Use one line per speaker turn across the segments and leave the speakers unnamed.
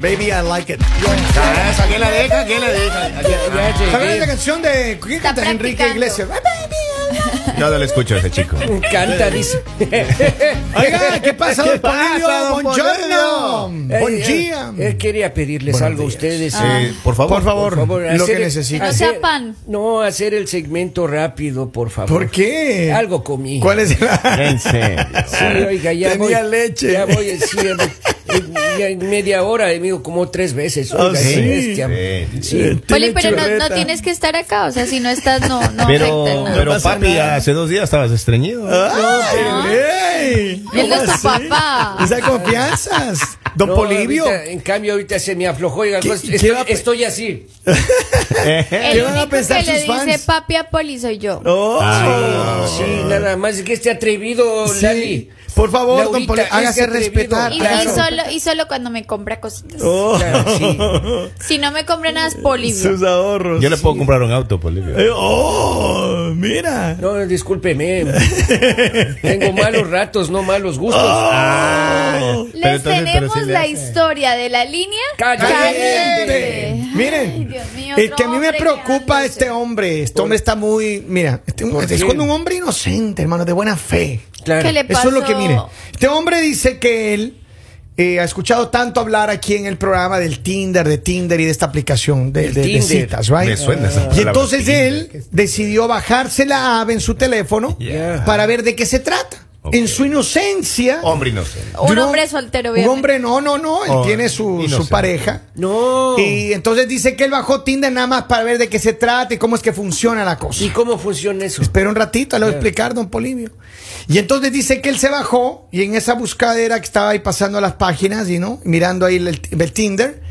Baby, I like it.
Ah, esa que la deja, que la deja. Aquí- ya, che,
¿Saben
que-
esta canción de quién canta
Está
Enrique
practicando.
Iglesias? Ay, baby, I like
Yo no lo escucho a ese chico.
Canta, dice.
it. Oiga, ¿qué pasa,
¿Qué
don Polibio?
pasa, don
Buongiorno.
Eh,
Buen día.
eh, eh, quería pedirles
Buenos
algo
días.
a ustedes.
Eh, por favor.
Por favor, lo que
hacer-
necesito.
No sea pan.
No, hacer el segmento rápido, por favor.
¿Por qué?
Algo comí.
¿Cuál es la...?
En serio.
Sí, oiga, ya
Tenía
voy,
leche.
Ya voy, sí, ya voy. Eh, ya en media hora, he ido como tres veces.
Ah,
oiga, qué
sí.
bestia.
Sí,
Sí.
Poli, pero no- no,
chuleta.
tienes que estar acá. O sea, si no estás, no, no
Pero,
afecta. ¿no? Ah.
pero
pasa
papi,
nada.
hace dos días estabas estreñido.
¡Ay, güey!
Él no es tu
¿Cómo así?
papá.
Esas confianzas. Don
No,
Polibio.
ahorita, en cambio, ahorita se me aflojó. oiga,
¿Qué-
pues,
qué
estoy,
va a pe-
estoy así.
El
¿Qué
único
van a pensar
que le
sus fans?
dice papi a Poli soy yo.
Oh.
Sí, nada más. Es que este atrevido,
Sí.
Lali.
Por favor,
Laurita,
don Poli,
ese
hágase
atrevido.
respetar.
y, y
claro.
solo, y solo cuando me compra cositas.
Oh,
Claro, sí.
Si no me compra nada es Polibio.
sus ahorros.
Yo le puedo comprar un auto, pues, Polivio.
Eh, ¡Oh! ¡Mira!
No, discúlpeme. Tengo malos ratos, no malos gustos.
Oh.
Pero
Les
entonces- pero
tenemos
sí le
la
hace.
historia de la línea
Caliente.
caliente.
Miren,
Ay, Dios mío,
el
otro
que a mí me
hombre
preocupa
quejándose.
este hombre. Este hombre está muy. Mira, este- es
qué?
cuando un hombre inocente, hermano, de buena fe.
Claro.
¿Qué le
Eso
pasó?
es lo que mire. Este hombre dice que él eh, ha escuchado tanto hablar aquí en el programa del Tinder, de Tinder y de esta aplicación de,
El
de- de
Tinder.
citas, ¿right?
Me suena esa
Y
palabra,
entonces
Tinder.
él decidió bajarse la app en su teléfono
Yeah.
para ver de qué se trata.
Ok.
En su inocencia.
Hombre inocente.
Un
Duró-
hombre soltero,
Un
obviamente.
hombre, no, no, no. Él
Oh,
tiene su, su
inocente.
pareja.
No.
Y entonces dice que él bajó Tinder nada más para ver de qué se trata y cómo es que funciona la cosa.
¿Y cómo funciona eso?
Espera un ratito, le voy a explicar, don Polivio. Y entonces dice que él se bajó y en esa buscadera que estaba ahí pasando las páginas y no, mirando ahí el, el Tinder,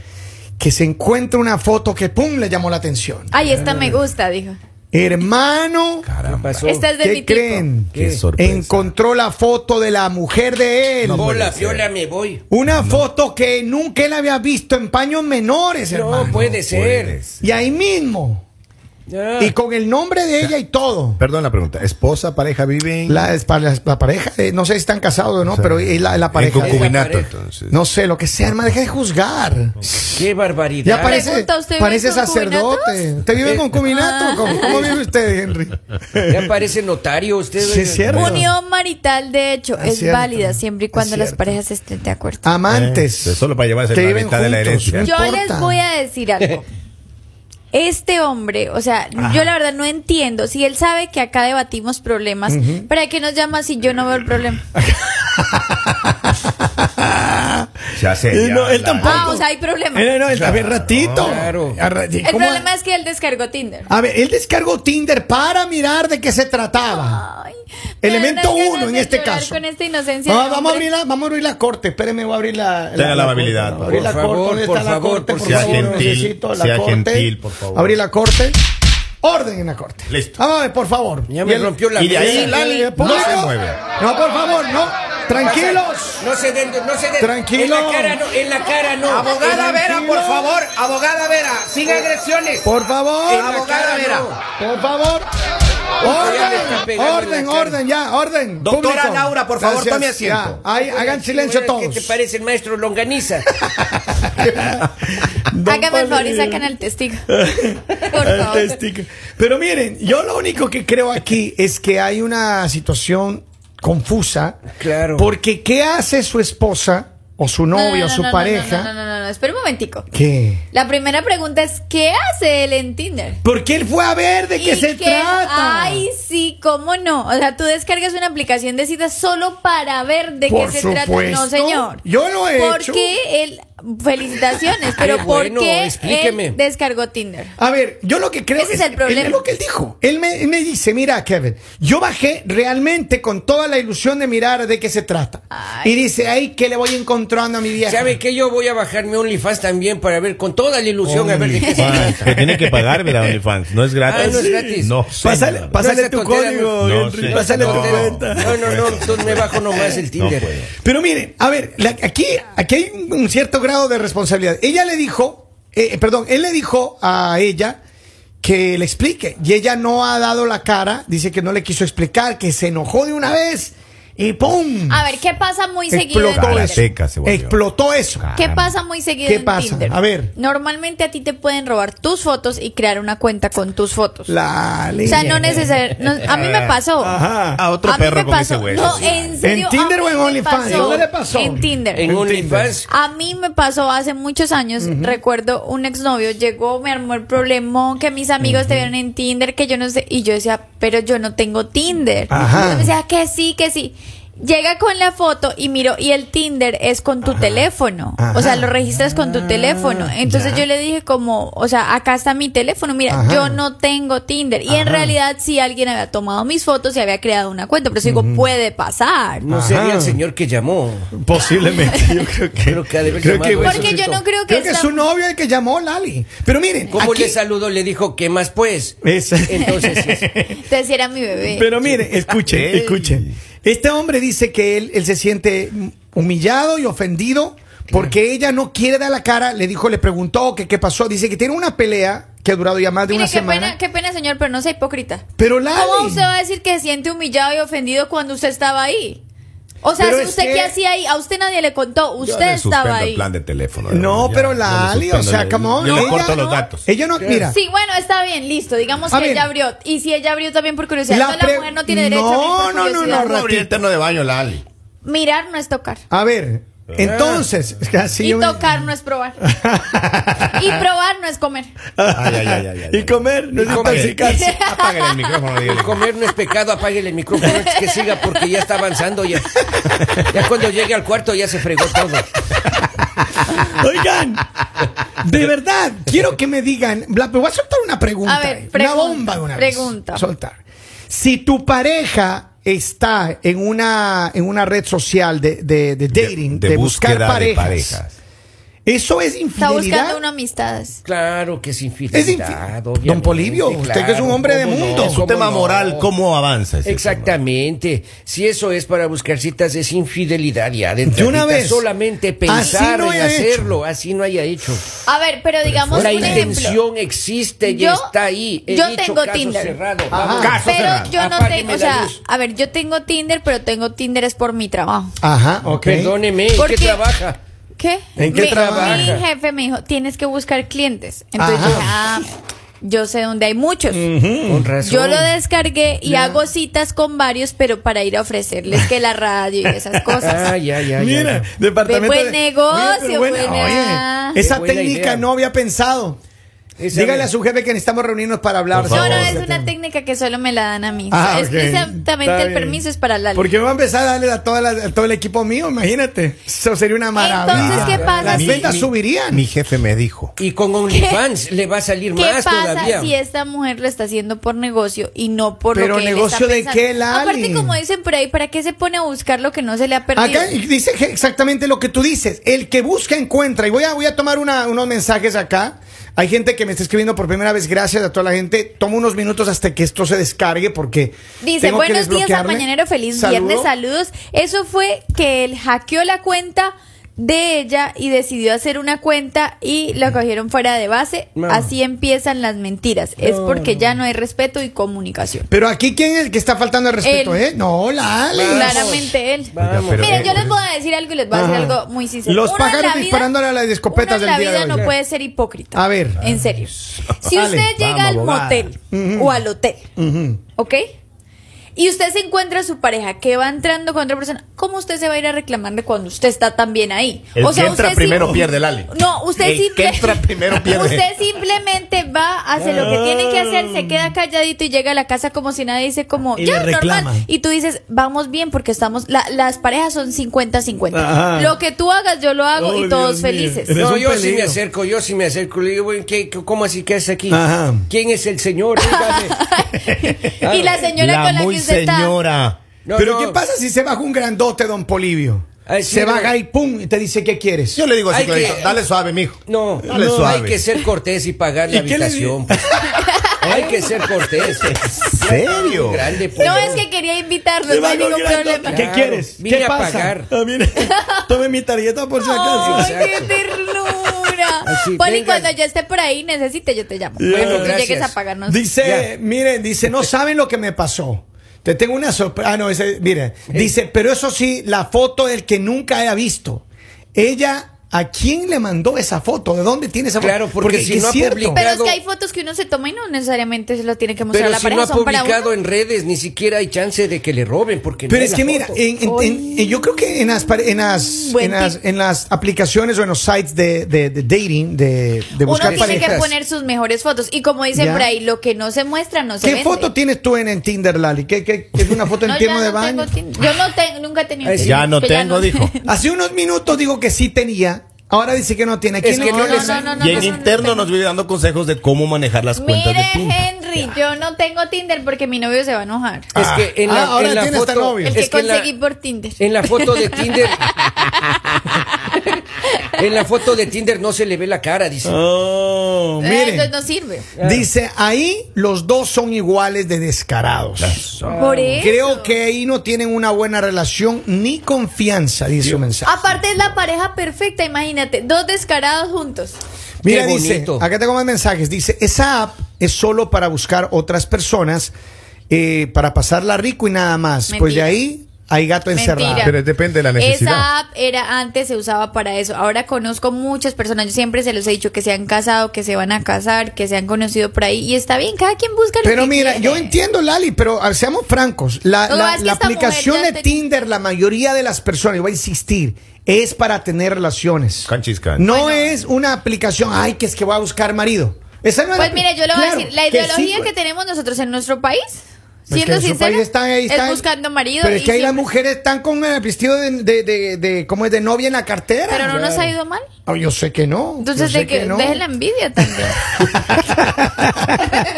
que se encuentra una foto que pum le llamó la atención.
Ay, esta me gusta, dijo.
Hermano,
¿Qué
Caramba.
pasó?
Esta es de mi
¿qué
tipo.
creen?
Qué
¿Qué?
sorpresa.
Encontró la foto de la mujer de él.
Hola,
puede ser.
Fiola, me voy.
Una foto que nunca él había visto en paños menores, hermano.
No puede ser.
Puedes.
Y ahí mismo.
Ah,
Y con el nombre de ella y todo.
Perdón la pregunta. ¿Esposa, pareja viven?
La, es- pa- la- la pareja, eh, no sé si están casados o no,
O sea,
pero es la, es la
En
pareja.
concubinato,
pareja.
entonces.
No sé, lo que sea, hermano, deja de juzgar.
Qué barbaridad.
Ya parece,
Pregunta, ¿usted vive Ah.
parece
en concubinato?
sacerdote. ¿Usted vive en concubinato? ¿Cómo, cómo vive usted, Henry?
Ya parece notario usted.
Sí,
oiga.
es cierto.
Unión marital, de hecho,
Ah,
es
cierto.
válida siempre y cuando
Es
las
cierto.
parejas estén de acuerdo.
Amantes.
Eh, solo para llevarse
que
la
viven
mitad de la
juntos,
herencia.
no
Yo
importa.
les voy a decir algo. Este hombre, o sea, yo la verdad no entiendo. Si él sabe que acá debatimos problemas, ¿para qué nos llama si yo no veo el problema?
Se hace.
Y no, él tampoco.
Ah, o sea, hay problema.
Eh, no, no, él también ratito.
Claro.
A ra-
El
¿cómo?
problema es que él descargó Tinder.
A ver, él descargó Tinder para mirar de qué se trataba.
Ay, me dan
Elemento
ganas
uno en
de
este
llorar
caso.
Con esta inocencia.
Ah,
de
vamos, a
hombre.
abrir la, vamos a abrir la corte. Espérenme, voy a abrir la.
Tenga la
corte.
amabilidad, por
Abrir la
favor.
corte. ¿Dónde
Por
está la
favor,
corte?
por
Por
sea
favor,
gentil,
necesito la
sea
corte.
gentil, por favor.
Abrir la corte. Orden en la corte.
Listo.
Vamos a ver, por favor.
Ya me
Y el-
rompió la
y de ahí,
mesa.
Lali,
Eh,
no
público.
se mueve.
No, por favor, no. Tranquilos.
No se den, no se den.
Tranquilo.
En la cara no, en la cara no.
Abogada Vera, por favor, abogada Vera, sin agresiones.
Por favor.
En la cara
Vera.
no.
Por favor.
ya me está
Orden,
pegando en la
orden,
cara.
orden, ya, orden.
Doctora Laura, por favor, tome asiento.
ya. Ahí, hagan silencio
Bueno,
todos.
¿Qué te parece el maestro Longaniza?
Hágame el favor y sacan al testigo. Por
El
favor.
testigo. Pero miren, yo lo único que creo aquí es que hay una situación confusa.
Claro.
Porque ¿qué hace su esposa o su
No, no,
novio o
no,
su
no, no,
pareja?
No, no, no, no, no, espera un momentico.
¿Qué?
La primera pregunta es, ¿qué hace él en Tinder?
Porque él fue a ver de qué
¿Y
se
qué?
trata.
Ay, sí, cómo no. O sea, tú descargas una aplicación de citas solo para ver de
Por
qué se trata.
supuesto.
No, señor.
Yo lo he
¿Por
hecho.
qué él. Felicitaciones, pero
Qué
¿por
bueno,
qué
explíqueme.
él descargó Tinder?
A ver, yo lo que creo
Ese es el
él-
problema.
es lo que él dijo. Él me, él me dice, mira, Kevin, yo bajé realmente con toda la ilusión de mirar de qué se trata.
Ay.
Y dice, ay, que le voy encontrando a mi vieja.
¿Sabe qué? Yo voy a bajarme OnlyFans también para ver con toda la ilusión a ver de qué se
OnlyFans. Ah, Que tiene que pagar, ¿verdad, OnlyFans? No es gratis.
Ah, no es gratis.
No, señor.
pásale tu código,
No, Henry. sí.
pásale
No,
tu
no.
cuenta.
No, no, no, entonces me bajo nomás el
No
Tinder.
puedo.
Pero miren, a ver, la- aquí, aquí hay un, un cierto grado de responsabilidad. Ella le dijo, eh, perdón, él le dijo a ella que le explique. Y ella no ha dado la cara, dice que no le quiso explicar, que se enojó de una vez y ¡pum!
A ver, ¿qué pasa muy seguido en
explotó
Tinder?
eso.
Karateka se volvió.
Explotó eso.
Ah.
¿Qué pasa muy seguido
¿Qué
en
pasa?
Tinder?
A ver.
Normalmente a ti te pueden robar tus fotos y crear una cuenta con tus fotos.
La
o sea, no necesario. a mí me pasó.
Ajá.
A otro
a mí
perro
me
con ese
pasó.
hueso.
No, en serio.
¿En Tinder
a
o
mí
en
me
OnlyFans? ¿Dónde le pasó?
En Tinder.
En
Entiendo.
OnlyFans.
A mí me pasó hace muchos años, recuerdo un exnovio llegó, me armó el problema que mis amigos te vieron en Tinder, que yo no sé, y yo decía, pero yo no tengo Tinder.
Ajá.
Y me decía que sí, que sí. Llega con la foto y miro, y el Tinder es con tu teléfono. O sea,
Ajá.
lo registras con tu teléfono. Entonces
ya.
yo le dije como, o sea, acá está mi teléfono, mira,
Ajá.
yo no tengo Tinder. Y en realidad sí alguien había tomado mis fotos y había creado una cuenta, pero eso digo, puede pasar.
No
Ajá.
sería el señor que llamó.
Posiblemente, yo creo que.
Creo que ha de haber llamado
bueno,
eso.
Porque yo no creo que,
creo que es
esta-
su novio el que llamó Lali. Pero miren,
¿Cómo
aquí-
le saludó? Le dijo, ¿qué más pues?
Es-
Entonces, sí, sí.
Entonces era mi bebé.
Pero miren, escuchen,
Ey.
escuchen. Este hombre dice que él, él se siente humillado y ofendido porque ella no quiere dar la cara. Le dijo, le preguntó que qué pasó. Dice que tiene una pelea que ha durado ya más de
Mire,
una
qué
semana.
pena, qué pena, señor, pero no sea hipócrita.
Pero Lali.
¿Cómo usted va a decir que se siente humillado y ofendido cuando usted estaba ahí? O sea,
Pero
si
es
usted
que-
qué hacía ahí, a usted nadie le contó,
Yo
usted
le suspendo
estaba
el
ahí.
plan de teléfono.
No, pero Lali, o sea, come
como
on.
Yo le
ella
corto los
no-
datos.
Ella no, mira.
Sí, bueno, está bien, listo. Digamos
A
que
ver.
ella abrió. Y si ella abrió también por curiosidad,
La
no,
pre-
la mujer no tiene derecho a abrir
No, no,
por
no, no,
curiosidad.
Ra-
abrí el terno de baño, Lali.
Mirar no es tocar.
A ver,
Ah.
entonces. es que así
y
yo me-
tocar no es probar. y probar no es comer.
Ay, ay, ay, ay, ay,
Y comer, no es
comer.
intoxicarse.
Apaguen el micrófono,
El
dígale.
comer no es pecado, apáguele el micrófono antes que siga porque ya está avanzando ya. Ya cuando llegue al cuarto ya se fregó todo.
Oigan, de verdad, quiero que me digan, Bla, pero voy a soltar una pregunta.
A ver,
eh,
pregunta,
una bomba de una vez.
pregunta.
Soltar. Si tu pareja está en una, en una red social de, de- de dating, de, buscar
búsqueda de
parejas, eso es
Está buscando
infidelidad.
una amistades.
Claro que es
Es
infidelidad.
infi-
obviamente,
Don Polibio, usted que es un hombre de
¿cómo no?
mundo. Es un
¿Cómo
Un tema
no?
moral, ¿cómo avanza? ese
Exactamente. Si eso es para buscar citas, es infidelidad ya. De
De una
entradita,
vez.
Solamente
Así
pensar
no
en
haya
hacerlo, así no haya hecho.
A ver, pero digamos
La
un ejemplo.
intención existe y
Yo-
está ahí. He
yo
dicho
tengo
caso
Tinder.
cerrado.
Ajá.
Vamos.
Caso
Ah, Pero
cerrado.
yo no
Apágueme
tengo, o
la
sea,
luz.
a ver, yo tengo Tinder, pero tengo Tinder es por mi trabajo.
Ajá, ok.
Perdóneme, ¿en
Porque-
qué trabaja?
¿Qué?
¿En qué
mi,
trabaja?
Mi jefe me dijo, tienes que buscar clientes. Entonces
Ajá.
yo dije, ah, yo sé dónde hay muchos.
Mm.
Con razón.
Yo lo descargué y hago citas con varios, pero para ir a ofrecerles que la radio y esas
Ah,
cosas.
ya, ya, ya,
Mira,
ya.
departamento
Buen
de-
negocio,
pero
buena.
Oye, esa
Qué buena
técnica
idea.
no había pensado.
Esa
Dígale
vez.
a su jefe que necesitamos reunirnos para hablar.
No,
sobre
no,
ese
es una
tema.
técnica que solo me la dan a mí.
Ah,
es
ok.
exactamente
Está
el
bien.
permiso es para la
Porque va a empezar a darle a, toda la- a todo el equipo mío, imagínate. Eso sería una maravilla.
Entonces, ¿qué pasa
Las
si-
ventas
Mi-
subirían.
Mi jefe me dijo.
Y con OnlyFans le va a salir
¿Qué
más
pasa
todavía.
si esta mujer lo está haciendo por negocio y no por
Pero
lo que él
¿negocio
está
de
pensando?
qué, Lali?
Aparte, como dicen por ahí, ¿para qué se pone a buscar lo que no se le ha perdido?
Acá dice que exactamente lo que tú dices. El que busca encuentra. Y voy a, voy a tomar una- unos mensajes acá. Hay gente que me está escribiendo por primera vez. Gracias a toda la gente. Tomo unos minutos hasta que esto se descargue porque.
Dice,
tengo que
buenos días a
desbloquearme".
Mañanero, feliz
Saludo.
viernes, saludos. Eso fue que él hackeó la cuenta de ella y decidió hacer una cuenta y la cogieron fuera de base.
No.
Así empiezan las mentiras. es porque ya no hay respeto y comunicación.
Pero aquí, ¿quién es el que está faltando el respeto,
Él.
eh? No, Lali.
Claramente él.
Vamos.
Pero eh,
Miren,
que-
yo les voy a decir algo y les voy a decir
Ajá.
algo muy sincero.
Los
Uno en
pájaros
la vida-
disparándole a las escopetas
uno en la
del día
vida
de hoy.
no puede ser hipócrita.
A ver.
En serio. Si
Dale.
usted llega
Vamos,
al
bobada.
motel o al hotel, ¿ok? Y usted se encuentra a su pareja que va entrando con otra persona, ¿cómo usted se va a ir a reclamarle cuando usted está también ahí?
El que
usted
entra
sim-
primero pierde, Lali.
No, usted
El que
simple-
entra primero pierde.
Usted simplemente va, hace lo que tiene que hacer, se queda calladito y llega a la casa como si nadie dice como,
Y
ya,
le reclama.
normal. Y tú dices, vamos bien porque estamos, la- las parejas son 50-50.
Ajá.
Lo que tú hagas, yo lo hago
Oh,
y todos
Dios mío.
felices.
Eres
No,
un
yo sí me
peligro.
acerco, yo sí me acerco. Le digo, bueno, ¿qué- qué- ¿cómo así que haces aquí?
Ajá.
¿Quién es el señor? Dígame.
Y la señora
la
con la
muy
que usted
señora.
No,
Pero
no.
¿qué pasa si se baja un grandote, don Polivio?
Ay, sí,
se
no.
baja y pum, y te dice, ¿qué quieres?
Yo le digo así,
Hay que-
clarito, dale suave, mijo.
No,
Dale
no,
suave.
hay que ser cortés y pagar la
¿Y qué le di-
habitación. pues. hay que ser cortés.
¿En serio?
Grande,
está.
pues.
No es que quería invitarlo,
Se
no hay
baja un
ningún
grandote.
problema.
¿Qué
Claro,
quieres?
vine
¿Qué
a
pasa?
pagar.
Ah, mire, tome mi tarjeta por si
Ay,
acaso.
qué ternura.
Así,
Poli,
venga.
cuando yo esté por ahí, necesite, yo te llamo.
Bueno,
Cuando tú
gracias.
llegues a pagarnos.
Dice, mire, dice, no saben lo que me pasó. Te tengo una sorpresa. Ah, no, ese, mire. Dice, pero eso sí, la foto del que nunca haya visto. Ella, ¿a quién le mandó esa foto? ¿De dónde tiene esa foto?
Claro, porque si
que
no ha publicado-
Pero es
Claro.
que hay fotos que uno se toma y no necesariamente se lo tiene que mostrar a
Pero
la
si no
pareja.
ha
son para
publicado
uno.
en redes, ni siquiera hay chance de que le roben. porque no
Pero
hay
es
la
que mira, eh,
foto.
en- en- en- en- yo creo que en las, pare- en, las,
Buen
en, las,
tip.
en las aplicaciones o en los sites de, de- de dating, de, de
Uno
buscar
tiene que
parejas.
poner sus mejores fotos. Y como dicen
Ya.
por ahí, lo que no se muestra no se
¿Qué
vende.
fondo tienes tú en, en Tinder, Lali? ¿Qué, qué, qué es una foto en
No, yo
tiempo de
no tengo
baño?
Tinder. Yo no tengo, nunca he tenido
Ay, sí.
Tinder,
Ya no
que
tengo, dijo.
Hace unos minutos digo que sí tenía. Ahora dice que no tiene. ¿A quién
Es
le-
que no
No,
le
no, no, no,
y
no,
en
no, no
interno
tengo.
nos vive dando consejos de cómo manejar las cuentas
Mire,
de Tinder.
Henry, yo no tengo Tinder porque mi novio se va a enojar.
Es que en la,
Ah, ahora
en la
tiene hasta
foto,
novio.
El
es
que
que en la-
conseguí por Tinder.
En la foto de Tinder. en la foto de Tinder no se le ve la cara, dice.
Oh,
Ah,
miren.
Entonces no sirve.
Dice, ahí los dos son iguales de descarados.
Ah,
Por eso.
Creo que ahí no tienen una buena relación ni confianza, dice su mensaje.
Aparte es la pareja perfecta, imagínate, dos descarados juntos.
Mira,
Qué
dice,
bonito.
acá tengo más mensajes. Dice, esa app es solo para buscar otras personas, eh, para pasarla rico y nada más. Pues de
Mentira.
ahí hay gato encerrado.
Mentira.
Pero depende de la necesidad.
Esa app era antes se usaba para eso. Ahora conozco muchas personas, yo siempre se los he dicho que se han casado, que se van a casar, que se han conocido por ahí y está bien, cada quien busca lo
Pero
que
mira,
quiere.
yo entiendo, Lali, pero ah, seamos francos. La,
Lo
la-
más que
la
esta
aplicación
mujer
de
ya te-
Tinder, la mayoría de las personas, yo voy a insistir, es para tener relaciones.
Canchis, canchis.
No es una aplicación, ay, que es que voy a buscar marido. Esa no es
Pues
la-
mire, yo le voy a
Claro,
decir, la
que sí,
ideología que,
pues.
tenemos nosotros en nuestro país,
Pues que
siendo
en su
sincera,
país están ahí, están-
es buscando marido.
Pero es
y
que ahí las
siempre-
mujeres están con el vestido de, de, de- de- ¿cómo es? De novia en la cartera.
Pero no nos ha ido mal.
Ah, yo sé que no.
Entonces,
yo sé
de que,
no.
deje la envidia también.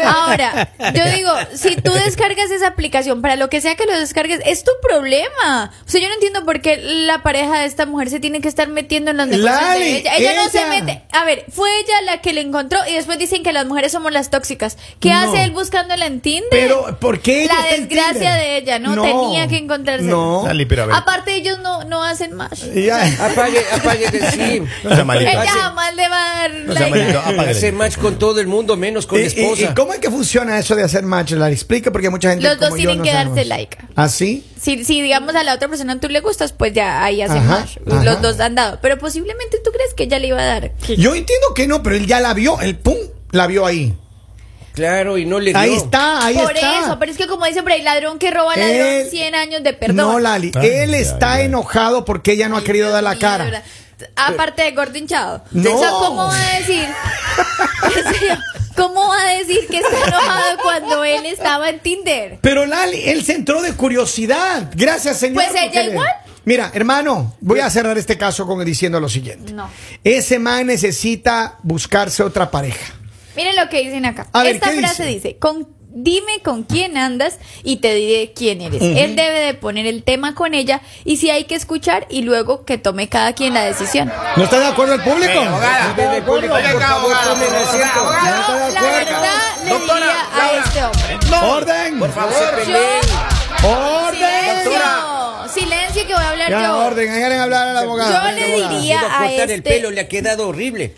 Ahora, yo digo, si tú descargas esa aplicación, para lo que sea que lo descargues, es tu problema. O sea, yo no entiendo por qué la pareja de esta mujer se tiene que estar metiendo en los negocios
Lali,
de ella. Ella, no se
ella.
mete. A ver, fue ella la que le encontró y después dicen que las mujeres somos las tóxicas. ¿Qué
No.
hace él buscándola en Tinder?
Pero, ¿por qué ella
La
está en
desgracia
Tinder?
de ella, ¿no? Tenía que encontrarse.
No.
Lali, pero a ver.
Aparte, ellos no, no hacen más.
Ya.
Apague, apague de sí.
No sea malito.
Ella
Hace-
jamás le va a dar
O sea,
like.
manito, apágale.
Hace match con todo el mundo, menos con
¿Y,
la esposa.
y- y Eh, cómo es que funciona eso de hacer match? La explica porque mucha gente.
Los dos
como yo,
tienen
no
que
sabemos.
darse like.
¿Ah, sí?
si, si digamos a la otra persona tú le gustas, pues ya ahí hacen
Ajá,
match.
ajá.
Los dos han dado. Pero posiblemente tú crees que ella le iba a dar.
Yo entiendo que no, pero él ya la vio, el pum, la vio ahí.
Claro, y no le dio.
Ahí está, Ah, ahí
Por
está.
eso, pero es que como dicen por ahí, ladrón que roba ladrón,
Él-
100 años de perdón.
No, Lali,
Ay,
él
ay,
está
ay.
enojado porque ella no ha querido dar la
Dios mío, de
cara.
verdad. Aparte de gordo hinchado.
No.
O sea, ¿cómo va a decir? En serio, ¿Cómo va a decir que está enojado cuando él estaba en Tinder?
Pero Lali, él se entró de curiosidad. Gracias, señor.
Pues ella
porque le-
igual.
Mira, hermano, voy a cerrar este caso con diciendo lo siguiente.
No.
Ese man necesita buscarse otra pareja.
Miren lo que dicen acá.
A ver,
Esta
¿qué
frase dice,
dice?
con, dime con quién andas y te diré quién eres. Él debe de poner el tema con ella y si hay que escuchar y luego que tome cada quien la decisión.
¿No está de acuerdo el público?
abogada.
¿No está de acuerdo?
Oiga,
Por favor,
abogada,
tomen
abogada,
asiento.
abogada.
No está de
La
acuerdo.
verdad le
Doctora,
diría a
Laura.
este hombre.
¡Orden!
Por favor.
Yo,
¡Orden!
silencio, silencio que voy a hablar
Ya,
yo.
orden, dejen hablar a la abogada.
Yo le
Abogada.
diría-
Se iba a
a
cortar el
este-
pelo, le ha quedado horrible.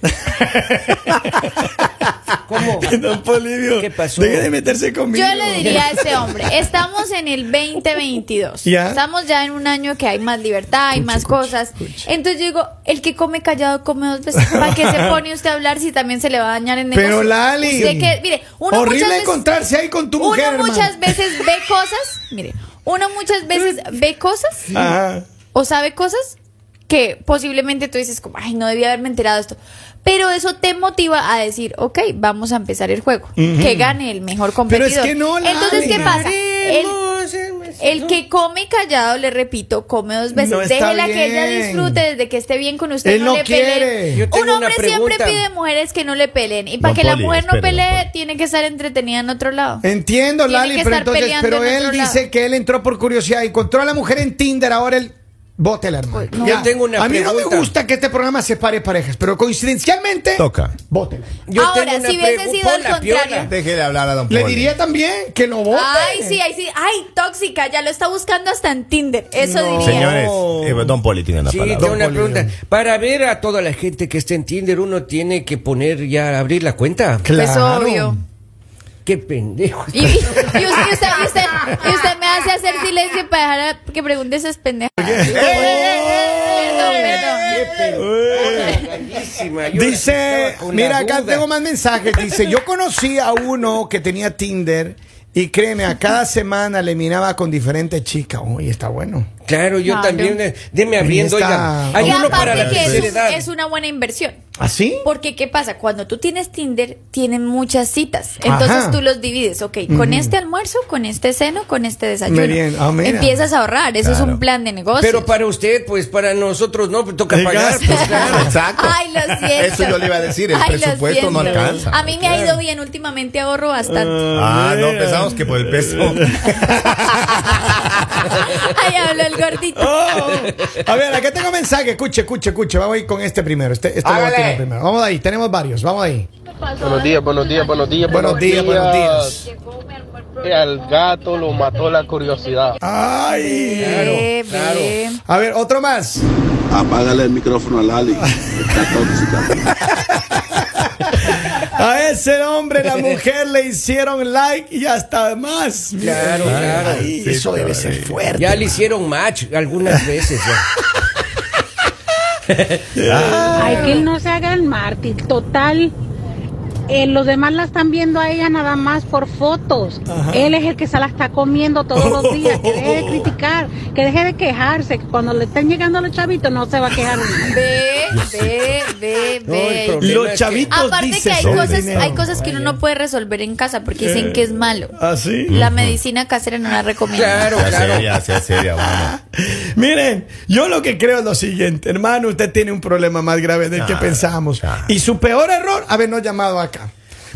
¿Cómo?
Don Polivio,
¿Qué pasó?
deje de meterse conmigo.
Yo le diría a este hombre, estamos en el 2022.
Ya.
Estamos ya en un año que hay más libertad, hay más cosas. Entonces yo digo, el que come callado come dos veces. ¿Para qué se pone usted a hablar si también se le va a dañar en negocio?
Pero Lali,
Usted que- mire, uno
horrible
muchas veces-
encontrarse ahí con tu
uno
mujer, hermano.
muchas veces ve cosas, mire, uno muchas veces ve cosas
Ajá.
o sabe cosas que posiblemente tú dices como, ay, no debía haberme enterado de esto. Pero eso te motiva a decir, ok, vamos a empezar el juego. Que gane el mejor
Pero
competidor.
es que no, Lali.
Entonces, ¿qué pasa? El, el que come callado, le repito, come dos veces.
No está
Déjela que ella
bien.
disfrute desde que esté bien con usted.
Él no
le
quiere.
peleen.
Yo tengo
Un
una
hombre siempre
pregunta.
pide mujeres que no le peleen. pues. Y para
Don
que la
Poli,
mujer no
espere, don
pelee,
Poli.
tiene que estar entretenida en otro lado.
Entiendo,
Tiene
Lali,
que
pero
estar
entonces,
peleando
pero
en
él
otro
dice
lado.
que él entró por curiosidad y encontró a la mujer en Tinder, ahora él bótela, hermano.
Uy, no.
Ya.
Yo tengo una
a mí no me
pregunta.
gusta que este programa separe parejas, pero coincidencialmente
Toca.
bótela.
Yo
Ahora,
tengo una
si hubiese
pregu-
sido al
Pola,
contrario.
piola.
Deje de hablar a don
Le
Poli.
diría también que lo vote.
Ay, sí, ay, sí. Ay, tóxica, ya lo está buscando hasta en Tinder. Eso diría.
Señores, eh, don Poli tiene la
Sí,
palabra.
tengo una
Don Polibio.
pregunta. Para ver a toda la gente que está en Tinder, uno tiene que poner ya, abrir la cuenta.
Pues obvio.
Qué pendejo.
Y, y usted, y usted- y usted- y usted me hace hacer silencio para dejar a- que pregunte esas pendejas. Perdón, perdón.
Grandísima. Yo
Dice,
estaba con la
mira, acá
duda.
tengo más mensajes. Dice, yo conocí a uno que tenía Tinder y créeme, a cada semana le miraba con diferentes chicas. Uy, está bueno.
Claro, yo
Claro.
también. eh, Deme abriendo,
Ahí
oiga.
está.
Hay
Y
uno para la
aparte que
tercera
es,
edad.
es una buena inversión.
¿Así?
Porque, ¿qué pasa? Cuando tú tienes Tinder, tienen muchas citas. Entonces
Ajá.
tú los divides. Ok, con este almuerzo, con este seno, con este desayuno.
Muy bien. Ah, mira.
Empiezas a ahorrar. Eso es un plan de negocio.
Pero para usted, pues para nosotros no, pues toca
El
pagar.
gasto.
pues, claro.
Exacto.
Ay, lo siento.
Eso yo le iba a decir, el
Ay, lo
presupuesto no
siento.
alcanza.
A mí me ha ido bien. Últimamente ahorro bastante.
Ah, no, pensamos que por el peso. Ah.
Ay, habló el gordito.
Oh. A ver, acá tengo mensaje. Escuche, escuche, escuche. Vamos a ir con este primero. Este, este lo voy a
Hágale.
tirar primero. Vamos ahí, tenemos varios. Vamos ahí.
Buenos días, buenos días, buenos días.
Buenos días, buenos días.
Que Al gato lo mató la curiosidad.
Ay.
Ve, ve.
A ver, otro más.
Apágale el micrófono a Lali. Está tóxica.
A ese hombre, la mujer le hicieron like y hasta más.
Claro, claro.
Ay,
Sí,
eso debe
padre.
ser fuerte.
Ya le hicieron match algunas veces. ya.
Ay, que él no se haga el mártir, total. eh, los demás la están viendo a ella nada más por fotos. Él es el que se la está comiendo todos los días. Que deje de criticar, que deje de quejarse. Que cuando le estén llegando los chavitos no se va a quejar.
Ve, ve, ve,
No, el
ve.
problema es que-
Aparte que hay
son
cosas,
dinero.
hay cosas que uno no puede resolver en casa porque
eh.
dicen que es malo.
¿Ah, sí?
La medicina casera no la recomienda.
Claro,
Sea
claro.
seria, sea seria, bueno.
Miren, yo lo que creo es lo siguiente, hermano, usted tiene un problema más grave del que
Claro,
pensamos.
claro.
Y su peor error, habernos llamado acá.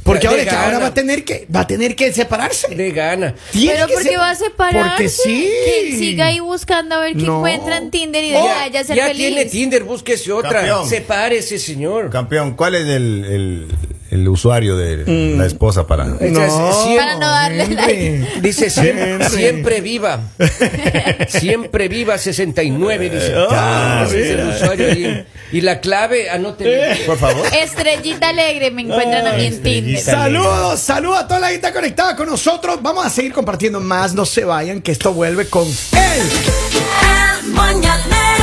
Porque
Ya
ahora,
le
es que ahora
gana.
va a tener que, va a tener que separarse.
De gana.
Tiene
Pero
que
porque
ser-
va a separarse.
Porque sí.
Que siga ahí buscando a ver qué
No.
encuentra en Tinder y de
Ya-
ella
Oh,
ser
ya
feliz.
tiene Tinder, búsquese otra.
Campeón.
Sepárese, señor.
Campeón, ¿cuál es el, el, el usuario de
Mm.
la esposa para.?
Entonces,
No,
siempre-
Para no darle
Henry.
Dice siempre,
Henry.
siempre viva. Siempre viva 69, dice.
Ah,
Ese es el usuario ahí. y, la clave, anótenle.
Por favor.
Estrellita alegre me encuentran a mí en Tinder.
Saludos, saludos a toda la gente conectada con nosotros. Vamos a seguir compartiendo más. No se vayan, que esto vuelve con él.
El mañanero.